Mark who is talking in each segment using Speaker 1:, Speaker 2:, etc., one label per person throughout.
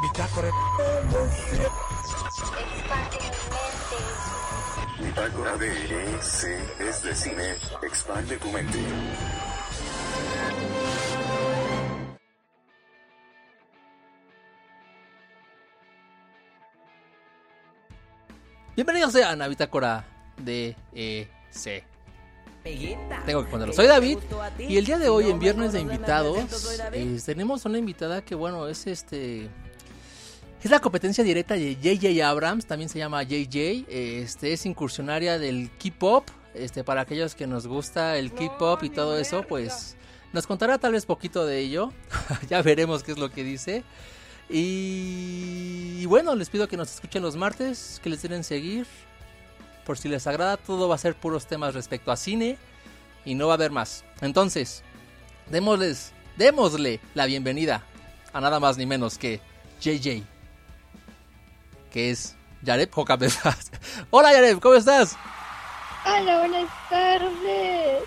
Speaker 1: Bitácora.
Speaker 2: Expande tus mentes.
Speaker 3: Bitácora de EC es de cine. Expande tu mente.
Speaker 4: Bienvenidos sean a Bitácora E de EC.
Speaker 5: Peguita.
Speaker 4: Tengo que ponerlo.
Speaker 5: ¿Qué
Speaker 4: Soy
Speaker 5: te
Speaker 4: David,
Speaker 5: gustó a ti?
Speaker 4: Y el día de hoy,
Speaker 5: No
Speaker 4: en
Speaker 5: me
Speaker 4: Viernes de
Speaker 5: conoces, Natalia,
Speaker 4: Invitados,
Speaker 5: soy David.
Speaker 4: eh, tenemos una invitada que, bueno, es este. Es la competencia directa de JJ Abrams, también se llama JJ. eh, Este es incursionaria del K-pop. Este, para aquellos que nos gusta el K-pop y todo eso, pues nos contará tal vez poquito de ello. ya veremos qué es lo que dice. Y, y bueno, les pido que nos escuchen los martes, que les den seguir. Por si les agrada, todo va a ser puros temas respecto a cine y no va a haber más. Entonces, démosles, démosle la bienvenida a nada más ni menos que JJ, que es Yareb Jocabezas. Hola Yareb, ¿cómo estás?
Speaker 2: Hola, buenas tardes.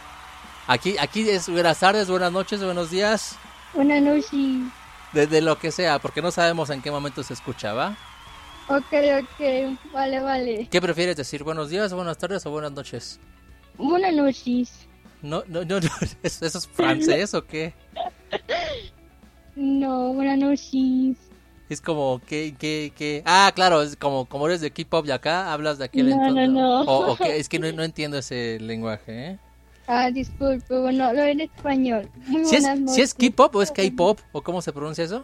Speaker 4: Aquí, aquí es buenas tardes, buenas noches, buenos días,
Speaker 2: Buenas noches.
Speaker 4: desde lo que sea, porque no sabemos en qué momento se escucha, ¿va?
Speaker 2: Ok, ok. Oh, Vale, vale.
Speaker 4: ¿Qué prefieres decir? ¿Buenos días, buenas tardes o buenas noches?
Speaker 2: Buenas noches.
Speaker 4: No, no, no, no, ¿eso es francés o qué?
Speaker 2: No, buenas noches.
Speaker 4: Es como, ¿qué, qué, qué? Ah, claro, es como, como eres de K-pop y acá hablas de aquel
Speaker 2: No, no,
Speaker 4: entonces.
Speaker 2: no.
Speaker 4: O- o qué, es que no, no entiendo ese lenguaje, ¿eh?
Speaker 2: Ah, disculpe, bueno, lo en español. Muy
Speaker 4: ¿Si es,
Speaker 2: buenas noches.
Speaker 4: si es K-pop o es K-pop? ¿O cómo se pronuncia eso?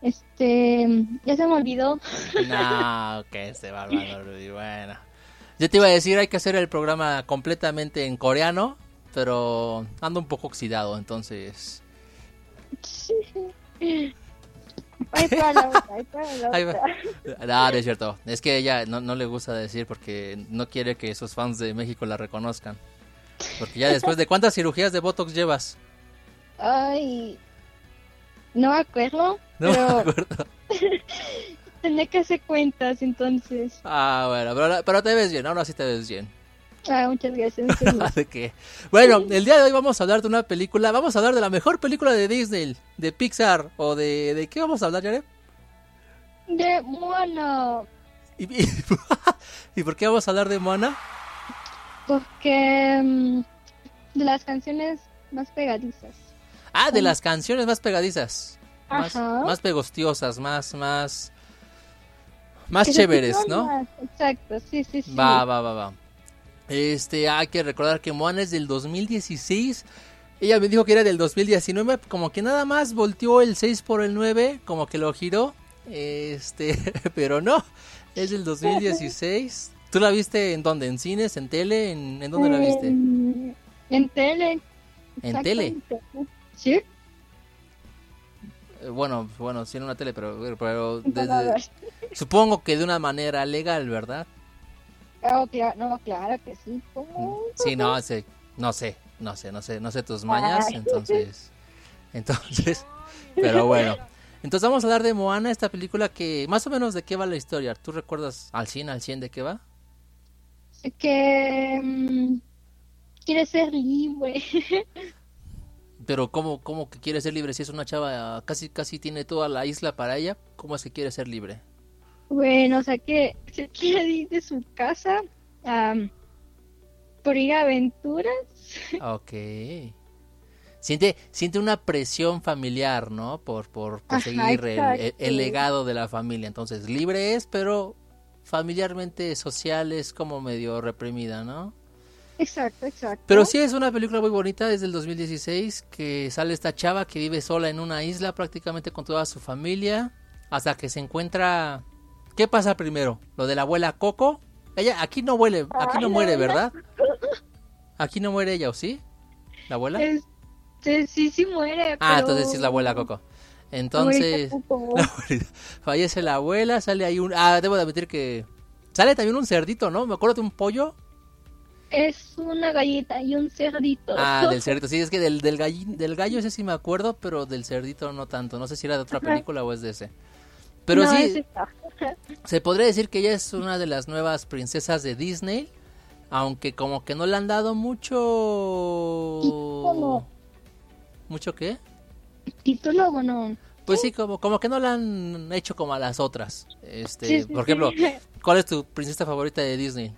Speaker 2: Este, ya se me olvidó.
Speaker 4: No, que se va Bueno, yo te iba a decir, hay que hacer el programa completamente en coreano, pero ando un poco oxidado, entonces.
Speaker 2: Ahí para la otra, ahí para la
Speaker 4: Ahí va.
Speaker 2: otra.
Speaker 4: No, no es cierto. Es que ella no, no le gusta decir porque no quiere que esos fans de México la reconozcan. Porque ya después de cuántas cirugías de Botox llevas.
Speaker 2: Ay, no me acuerdo,
Speaker 4: No me
Speaker 2: pero
Speaker 4: acuerdo.
Speaker 2: tenía que hacer cuentas entonces.
Speaker 4: Ah, bueno, pero, pero te ves bien, ahora sí te ves bien.
Speaker 2: Ah, muchas gracias. muchas gracias.
Speaker 4: ¿De qué? Bueno, el día de hoy vamos a hablar de una película, vamos a hablar de la mejor película de Disney, de Pixar o de... ¿De qué vamos a hablar, Jared?
Speaker 2: De bueno,
Speaker 4: ¿Y, y, y por qué vamos a hablar de Moana?
Speaker 2: porque mm, de las canciones más pegadizas.
Speaker 4: Ah, de las canciones más pegadizas, más,
Speaker 2: Ajá.
Speaker 4: más pegostiosas, más, más... Más
Speaker 2: Que se
Speaker 4: chéveres,
Speaker 2: escuchaban
Speaker 4: ¿no?
Speaker 2: más, Exacto, sí, sí, sí.
Speaker 4: Va, va, va, va. Este, hay que recordar que Moana es del 2016. Ella me dijo que era del 2019, como que nada más volteó el 6 por el 9, como que lo giró. Este, pero no, es del 2016. ¿Tú la viste en dónde? ¿En cines? ¿En tele? ¿En, en dónde la viste?
Speaker 2: Eh,
Speaker 4: ¿En
Speaker 2: En, en tele.
Speaker 4: tele?
Speaker 2: exactamente. Sí.
Speaker 4: Eh, Bueno, bueno, sí en una tele, pero, pero
Speaker 2: A
Speaker 4: desde,
Speaker 2: ver.
Speaker 4: supongo que de una manera legal, ¿verdad?
Speaker 2: Ah, cla- no, claro que sí. ¿cómo?
Speaker 4: Sí, no, sé, no sé, no sé, no sé, no sé tus mañas,
Speaker 2: Ay.
Speaker 4: entonces, entonces, pero bueno. Entonces vamos a hablar de Moana, esta película que, más o menos, ¿de qué va la historia? ¿Tú recuerdas al 100, al 100 de qué va?
Speaker 2: Que mm, quiere ser libre.
Speaker 4: Pero ¿cómo, cómo que quiere ser libre si es una chava, ah, casi, casi tiene toda la isla para ella? ¿Cómo es que quiere ser libre?
Speaker 2: Bueno, o sea que se quiere ir de su casa am, por ir a aventuras.
Speaker 4: Ok. Siente, siente una presión familiar, ¿no? Por, por, por
Speaker 2: Ajá,
Speaker 4: seguir el- el,
Speaker 2: exacto.
Speaker 4: el legado de la familia. Entonces, libre es, pero familiarmente social es como medio reprimida, ¿no?
Speaker 2: Exacto, exacto.
Speaker 4: Pero sí es una película muy bonita desde el 2016 que sale esta chava que vive sola en una isla prácticamente con toda su familia hasta que se encuentra ¿Qué pasa primero? ¿Lo de la abuela Coco? Ella aquí no huele, aquí no
Speaker 2: Ay,
Speaker 4: muere,
Speaker 2: la
Speaker 4: ¿verdad?
Speaker 2: abuela
Speaker 4: Aquí no muere ella, ¿o sí? ¿La abuela?
Speaker 2: Este, sí, sí muere.
Speaker 4: Ah,
Speaker 2: pero-
Speaker 4: entonces sí es la abuela Coco.
Speaker 2: Abuelita
Speaker 4: Entonces,
Speaker 2: Coco.
Speaker 4: la abuelita- fallece la abuela, sale ahí un... Ah, debo de admitir que... Sale también un cerdito, ¿no? Me acuerdo de un pollo.
Speaker 2: Es una galleta y un cerdito.
Speaker 4: Ah, del cerdito. Sí, es que del, del, gallin- del gallo ese sí me acuerdo, pero del cerdito no tanto. No sé si era de otra
Speaker 2: Ajá.
Speaker 4: película o es de ese. Pero
Speaker 2: No,
Speaker 4: sí,
Speaker 2: ese está.
Speaker 4: se podría decir que ella es una de las nuevas princesas de Disney. Aunque como que no le han dado mucho...
Speaker 2: cómo?
Speaker 4: ¿Mucho qué?
Speaker 2: Título, bueno.
Speaker 4: Pues sí, como, como que no la han hecho como a las otras. Este,
Speaker 2: Sí, sí,
Speaker 4: por
Speaker 2: sí.
Speaker 4: ejemplo, ¿cuál es tu princesa favorita de Disney?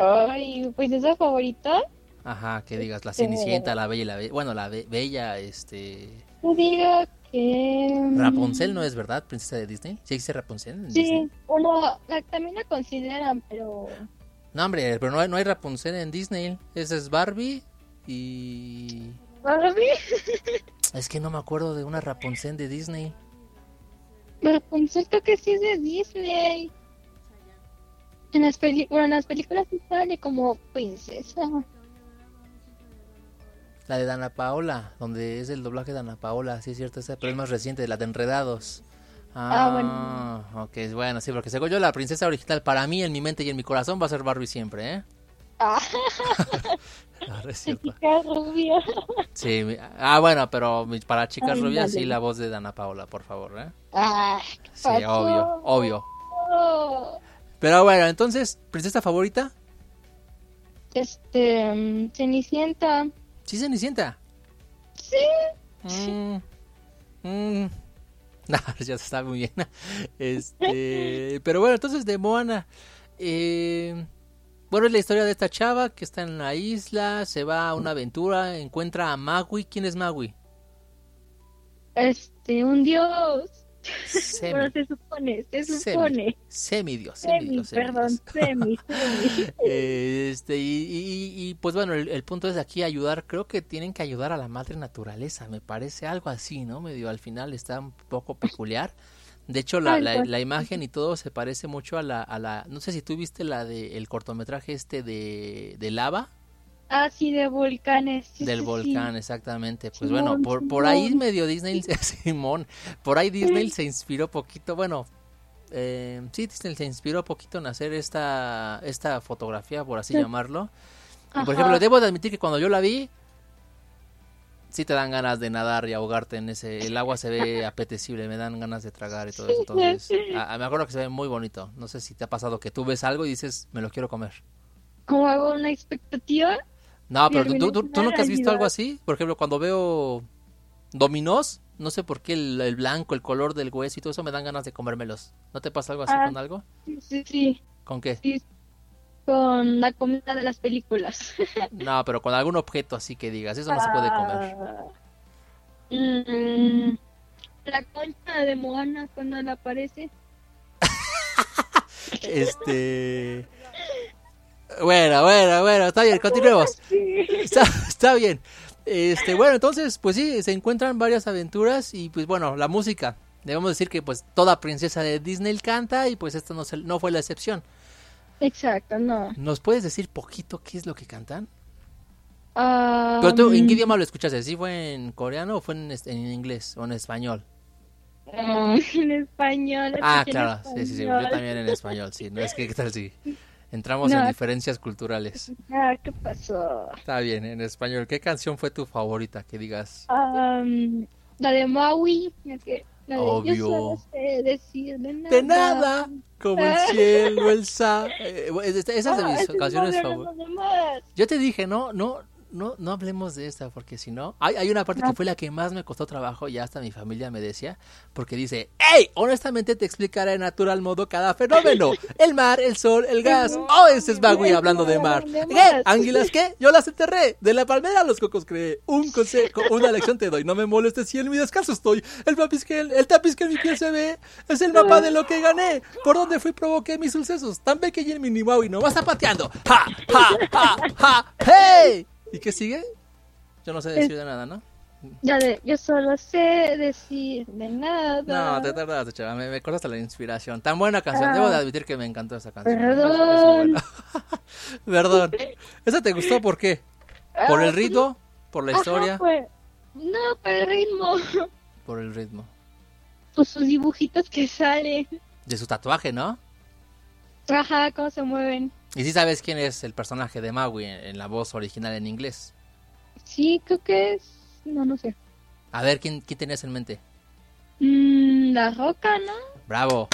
Speaker 2: Ay, pues esa favorita.
Speaker 4: Ajá, que digas, la
Speaker 2: Este-
Speaker 4: Cenicienta, la Bella y la Bella. Bueno, la Be- Bella, este.
Speaker 2: Yo digo que. mm,
Speaker 4: Rapunzel no es verdad, princesa de Disney. ¿Sí existe Rapunzel? en
Speaker 2: Sí,
Speaker 4: Disney?
Speaker 2: uno la- también la consideran, pero.
Speaker 4: No, hombre, pero no hay, no hay Rapunzel en Disney. Esa es Barbie y.
Speaker 2: Barbie,
Speaker 4: Es que no me acuerdo de una Rapunzel de Disney.
Speaker 2: Rapunzel creo que sí es de Disney. En las, peli bueno, en las películas sí sale como princesa.
Speaker 4: La de Dana Paola, donde es el doblaje de Dana Paola, sí es cierto, esa, pero es más reciente, la de Enredados. Ah,
Speaker 2: Ah,
Speaker 4: ok, bueno, sí, porque según yo la princesa original, para mí, en mi mente y en mi corazón, va a ser Barbie siempre, ¿eh?
Speaker 2: Ah,
Speaker 4: Ah, es cierto.
Speaker 2: chica rubia.
Speaker 4: Sí, mi- ah, bueno, pero mi- para chicas
Speaker 2: Ay,
Speaker 4: rubias
Speaker 2: dale.
Speaker 4: sí la voz de Dana Paola, por favor, ¿eh?
Speaker 2: Ah, ¿qué
Speaker 4: Sí,
Speaker 2: pasó?
Speaker 4: obvio, obvio. Pero bueno, entonces, princesa favorita,
Speaker 2: Este. mm, Cenicienta.
Speaker 4: sí Cenicienta.
Speaker 2: Sí.
Speaker 4: Mm, mm. No, ya se está muy bien. Este, pero bueno, entonces de Moana. eh, bueno, es la historia de esta chava que está en la isla, se va a una aventura, encuentra a Maui. ¿Quién es Maui?
Speaker 2: Este, un dios. Bueno,
Speaker 4: Semi,
Speaker 2: se supone, se
Speaker 4: Semi.
Speaker 2: supone.
Speaker 4: semidios,
Speaker 2: Semi,
Speaker 4: semidios,
Speaker 2: perdón,
Speaker 4: semidios.
Speaker 2: semi, semi.
Speaker 4: Eh, Este, y, y- y, pues bueno, el, el punto es aquí ayudar, creo que tienen que ayudar a la madre naturaleza, me parece algo así, ¿no? Medio al final está un poco peculiar. De hecho, la, la-
Speaker 2: Algo
Speaker 4: la imagen y todo se parece mucho a la, a la, no sé si tú viste la de el cortometraje este de, de lava,
Speaker 2: Ah, sí, de volcanes. sí,
Speaker 4: del
Speaker 2: sí, sí.
Speaker 4: volcán, exactamente. Pues
Speaker 2: Simón,
Speaker 4: bueno, por, por ahí
Speaker 2: Simón.
Speaker 4: medio Disney, Simón, por ahí Disney se inspiró poquito, bueno, eh, sí, Disney se inspiró poquito en hacer esta, esta fotografía, por así
Speaker 2: Sí.
Speaker 4: llamarlo. Y, por
Speaker 2: Ajá.
Speaker 4: ejemplo, debo de admitir que cuando yo la vi, sí te dan ganas de nadar y ahogarte en ese, el agua se ve apetecible, me dan ganas de tragar y todo eso. Entonces, a- a- me acuerdo que se ve muy bonito. No sé si te ha pasado que tú ves algo y dices, me lo quiero comer.
Speaker 2: Como hago una expectativa.
Speaker 4: No,
Speaker 2: Y
Speaker 4: pero tú,
Speaker 2: terminas
Speaker 4: tú-
Speaker 2: en
Speaker 4: tú
Speaker 2: una
Speaker 4: nunca has visto
Speaker 2: realidad.
Speaker 4: algo así. Por ejemplo, cuando veo dominós, no sé por qué el, el blanco, el color del hueso y todo eso me dan ganas de comérmelos. ¿No te pasa algo así
Speaker 2: Ah.
Speaker 4: con algo?
Speaker 2: Sí, sí, sí.
Speaker 4: ¿Con qué?
Speaker 2: Con la comida de las películas.
Speaker 4: No, pero con algún objeto así que digas, eso no se puede
Speaker 2: Ah.
Speaker 4: comer.
Speaker 2: Mm, la concha de Moana cuando la aparece.
Speaker 4: Este. Bueno, bueno, bueno, está bien, continuemos.
Speaker 2: Sí.
Speaker 4: Está, está bien. Este, bueno, entonces, pues sí, se encuentran varias aventuras y pues bueno, la música. Debemos decir que pues toda princesa de Disney canta y pues esta no, se- no fue la excepción.
Speaker 2: Exacto, no.
Speaker 4: ¿Nos puedes decir poquito qué es lo que cantan?
Speaker 2: Ah,
Speaker 4: Pero tú, ¿en
Speaker 2: mm,
Speaker 4: qué idioma lo escuchaste? ¿Sí fue en coreano o fue en, este- en inglés o en español?
Speaker 2: ah, en español.
Speaker 4: Ah,
Speaker 2: escuché en
Speaker 4: claro, sí, sí, sí, yo
Speaker 2: español.
Speaker 4: también en español, sí, no es que qué tal si entramos en
Speaker 2: No.
Speaker 4: diferencias culturales.
Speaker 2: Ah, ¿qué pasó?
Speaker 4: Está bien, en español, ¿qué canción fue tu favorita? Que digas,
Speaker 2: Ah, mm, la de Maui. La que, la de,
Speaker 4: Obvio.
Speaker 2: Yo solo sé decir de nada.
Speaker 4: de nada, como el
Speaker 2: Ah.
Speaker 4: cielo, el sa... eh, bueno, es- Esas de
Speaker 2: Ah,
Speaker 4: mis
Speaker 2: ese es
Speaker 4: canciones
Speaker 2: Maui,
Speaker 4: favoritas.
Speaker 2: no, no, no, no.
Speaker 4: Yo te dije, no, no, no, no hablemos de esta, porque si no, hay, hay una parte que
Speaker 2: No.
Speaker 4: fue la que más me costó trabajo, ya hasta mi familia me decía, porque dice, hey, honestamente te explicaré en natural modo cada fenómeno, el mar, el sol, el gas, oh, ese es Bagui
Speaker 2: no,
Speaker 4: hablando de
Speaker 2: no,
Speaker 4: mar,
Speaker 2: de
Speaker 4: ¿qué?
Speaker 2: mar.
Speaker 4: ¿Anguilas qué? Yo las enterré, de la palmera a los cocos creé, un consejo, una lección te doy, no me molestes si en mi descanso estoy, el tapiz que, el tapiz que en mi piel se ve, es el mapa de lo que gané, por donde fui provoqué mis sucesos, tan pequeño en mi nimau y no vas zapateando, ja, ja, ja, ja, hey, ¿y qué sigue? Yo no sé decir de nada, ¿no?
Speaker 2: Ya de, yo solo sé decir de nada.
Speaker 4: No, te tardaste, chaval. Me, me cortaste la inspiración. Tan buena canción.
Speaker 2: Ah.
Speaker 4: Debo de admitir que me encantó esa canción.
Speaker 2: Perdón.
Speaker 4: Es muy buena. Perdón. ¿Esa te gustó por qué? ¿Por el ritmo? ¿Por la
Speaker 2: Ah, Ajá,
Speaker 4: historia?
Speaker 2: pues, No, por el ritmo.
Speaker 4: Por el ritmo.
Speaker 2: Pues sus dibujitos que salen.
Speaker 4: De su tatuaje, ¿no?
Speaker 2: Ajá, cómo se mueven.
Speaker 4: Y sí sabes quién es el personaje de Maui en, en la voz original en inglés.
Speaker 2: Sí, creo que es. No, no sé.
Speaker 4: A ver, ¿quién, quién tenías en mente?
Speaker 2: Mm, la roca, ¿no?
Speaker 4: Bravo.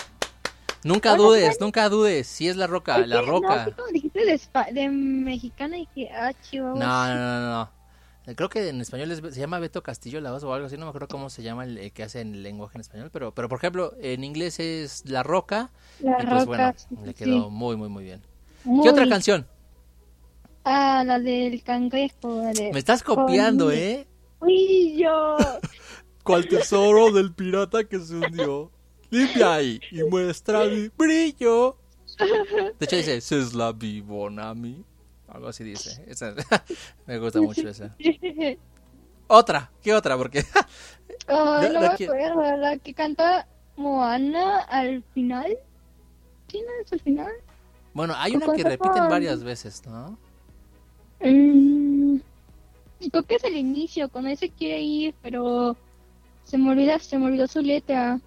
Speaker 4: Nunca
Speaker 2: Hola,
Speaker 4: dudes, nunca dudes. Sí es la roca,
Speaker 2: Es
Speaker 4: Ah, la
Speaker 2: que, No,
Speaker 4: roca.
Speaker 2: así como dijiste de, espa- de mexicana y que. Ah, chihuahua.
Speaker 4: No, no, no, no, no. Eh, Creo que en español es- se llama Beto Castillo la voz o algo así, no me acuerdo cómo se llama el, el que hace en lenguaje en español, pero, pero por ejemplo, en inglés es La Roca,
Speaker 2: La
Speaker 4: y pues
Speaker 2: roca.
Speaker 4: bueno, le
Speaker 2: sí,
Speaker 4: quedó muy, muy, muy bien.
Speaker 2: muy-
Speaker 4: ¿Qué otra canción?
Speaker 2: Ah, la del cangrejo. la de-
Speaker 4: Me estás copiando,
Speaker 2: Con-
Speaker 4: ¿eh?
Speaker 2: Uy, yo.
Speaker 4: Cual tesoro del pirata que se hundió. Limpia ahí y muestra mi brillo. De hecho dice, "Esa es la Bibonami. Algo así dice. Esa- me gusta mucho esa. Otra, ¿qué otra? Porque
Speaker 2: Ay,
Speaker 4: La-
Speaker 2: no
Speaker 4: la
Speaker 2: me
Speaker 4: que-
Speaker 2: acuerdo, la que canta Moana al final. ¿Sí no es al final?
Speaker 4: Bueno, hay una que repiten varias veces, ¿no?
Speaker 2: Mm, creo que es el inicio, cuando él se quiere ir, pero se me olvida, se me olvidó su letra.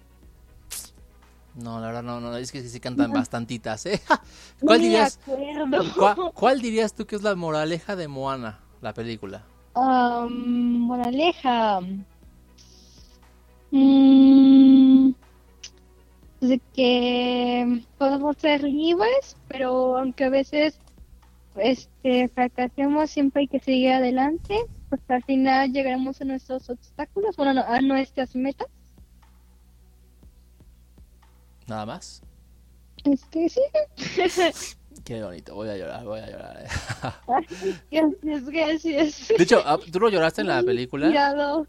Speaker 4: No, la verdad no, no, es que sí cantan bastantitas, ¿eh? ¿Cuál
Speaker 2: Ni me
Speaker 4: dirías,
Speaker 2: acuerdo.
Speaker 4: cua- cuál dirías tú que es la moraleja de Moana, la película?
Speaker 2: Am, moraleja. Mm, de que podemos ser libres, pero aunque a veces este fracasemos, siempre hay que seguir adelante, porque al final llegaremos a nuestros obstáculos, bueno, no, a nuestras metas.
Speaker 4: Nada más.
Speaker 2: Es que sí,
Speaker 4: Qué bonito, voy a llorar, voy a llorar. ¿eh?
Speaker 2: gracias, gracias.
Speaker 4: De hecho, ah, ¿tú no lloraste en la película?
Speaker 2: Cuidado.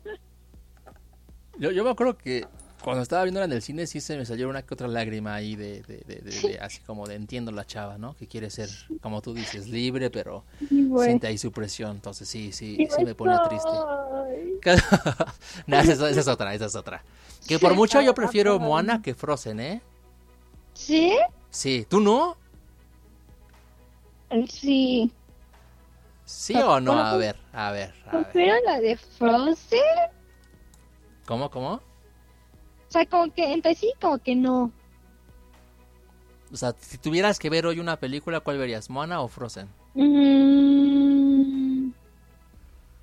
Speaker 4: Yo, yo me acuerdo que cuando estaba viéndola en el cine sí se me salió una que otra lágrima ahí de, de- de- de- de- así como de entiendo la chava, ¿no? Que quiere ser, como tú dices, libre, pero
Speaker 2: Y bueno.
Speaker 4: siente ahí su presión. Entonces sí, sí, sí me pone triste.
Speaker 2: Ay.
Speaker 4: no, esa, es- esa es otra, esa es otra. Que por mucho yo prefiero Moana que Frozen, ¿eh?
Speaker 2: ¿Sí?
Speaker 4: Sí, ¿tú no?
Speaker 2: Sí.
Speaker 4: ¿Sí o no? A ver, a ver, a ver.
Speaker 2: Pero la de Frozen,
Speaker 4: ¿Cómo, cómo?
Speaker 2: o sea, como que entre sí, como que no.
Speaker 4: O sea, si tuvieras que ver hoy una película, ¿cuál verías? ¿Moana o Frozen?
Speaker 2: Mm,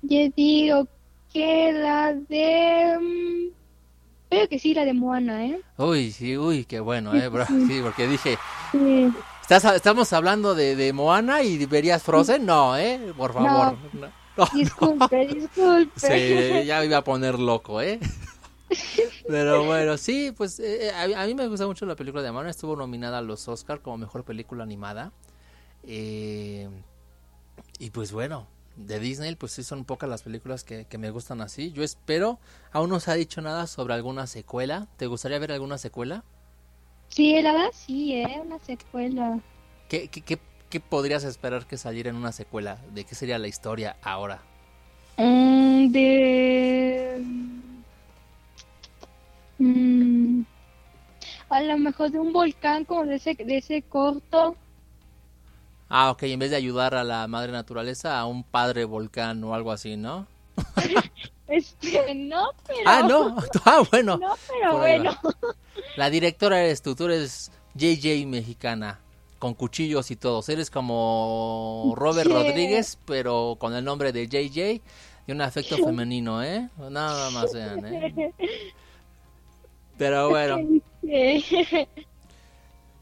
Speaker 2: yo digo que la de. mm, Creo que sí, la de Moana, ¿eh?
Speaker 4: Uy, sí, uy, qué bueno, ¿eh, bro? Sí, porque dije,
Speaker 2: Sí.
Speaker 4: ¿Estás, estamos hablando de, de Moana y verías Frozen? No, ¿eh? Por favor. No.
Speaker 2: Disculpe, disculpe.
Speaker 4: Sí, ya me iba a poner loco, ¿eh? Pero bueno, sí, pues eh, eh, a, a mí me gusta mucho la película de Moana. Estuvo nominada a los Oscar como mejor película animada. Eh, y pues bueno, de Disney, pues sí son pocas las películas que, que me gustan así. Yo espero, aún no se ha dicho nada sobre alguna secuela. ¿Te gustaría ver alguna secuela?
Speaker 2: Sí, la verdad sí, ¿eh? Una secuela.
Speaker 4: ¿Qué, qué, qué, qué podrías esperar que saliera en una secuela? ¿De qué sería la historia ahora?
Speaker 2: Mm, de. Mm, a lo mejor de un volcán, como de ese, de ese corto.
Speaker 4: Ah, ok, en vez de ayudar a la madre naturaleza, a un padre volcán o algo así, ¿no?
Speaker 2: Este, no, pero.
Speaker 4: Ah, no. Ah, bueno.
Speaker 2: No, pero
Speaker 4: Por ahí
Speaker 2: bueno.
Speaker 4: va. La directora eres tú, tú eres JJ mexicana, con cuchillos y todos. Eres como Robert
Speaker 2: Sí.
Speaker 4: Rodríguez, pero con el nombre de JJ y un afecto femenino, ¿eh? Nada más vean, ¿eh? Pero bueno.
Speaker 2: Sí.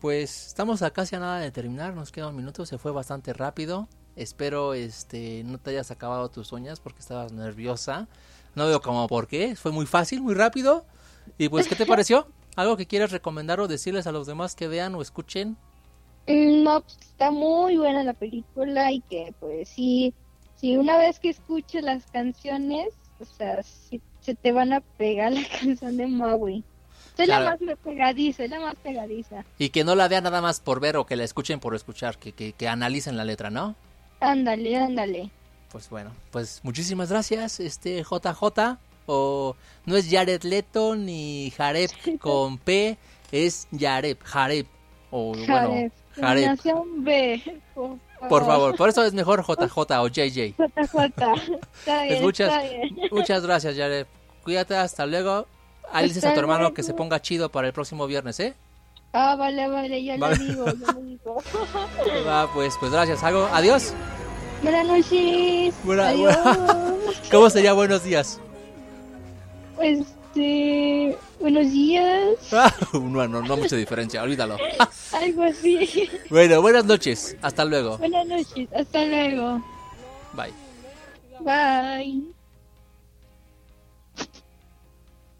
Speaker 4: Pues estamos a casi a nada de terminar, nos queda un minuto, se fue bastante rápido. Espero este no te hayas acabado tus uñas porque estabas nerviosa. No veo como por qué, fue muy fácil, muy rápido. Y pues, ¿qué te pareció? ¿Algo que quieras recomendar o decirles a los demás que vean o escuchen?
Speaker 2: Mm, No, pues, está muy buena la película y que, pues sí, sí, una vez que escuches las canciones, o sea, sí, se te van a pegar la canción de Maui. Es la
Speaker 4: Claro.
Speaker 2: más pegadiza, es la más pegadiza.
Speaker 4: Y que no la vean nada más por ver o que la escuchen por escuchar, que, que, que analicen la letra, ¿no?
Speaker 2: Ándale, ándale.
Speaker 4: Pues bueno, pues muchísimas gracias, este JJ. O no es Jared Leto ni Jareb con P, es Yareb, Jareb. O Pues bueno,
Speaker 2: Jareb,
Speaker 4: Jareb.
Speaker 2: Nación B, por favor.
Speaker 4: Por favor, por eso es mejor JJ o JJ.
Speaker 2: JJ, está bien,
Speaker 4: Pues muchas,
Speaker 2: está bien.
Speaker 4: muchas gracias, Yareb. Cuídate, hasta luego. Ahí dices a tu
Speaker 2: Hasta
Speaker 4: hermano
Speaker 2: luego.
Speaker 4: que se ponga chido para el próximo viernes, ¿eh?
Speaker 2: Ah, vale, vale, ya
Speaker 4: Vale.
Speaker 2: le digo, ya le digo.
Speaker 4: Va, pues, pues gracias, hago. Adiós.
Speaker 2: Buenas noches.
Speaker 4: Buena-
Speaker 2: Adiós.
Speaker 4: ¿Cómo sería buenos días?
Speaker 2: Este, buenos días.
Speaker 4: Ah, no, no, no mucha diferencia, olvídalo.
Speaker 2: Algo así.
Speaker 4: Bueno, buenas noches, hasta luego.
Speaker 2: Buenas noches. Hasta luego.
Speaker 4: Bye.
Speaker 1: Gracias
Speaker 2: Bye.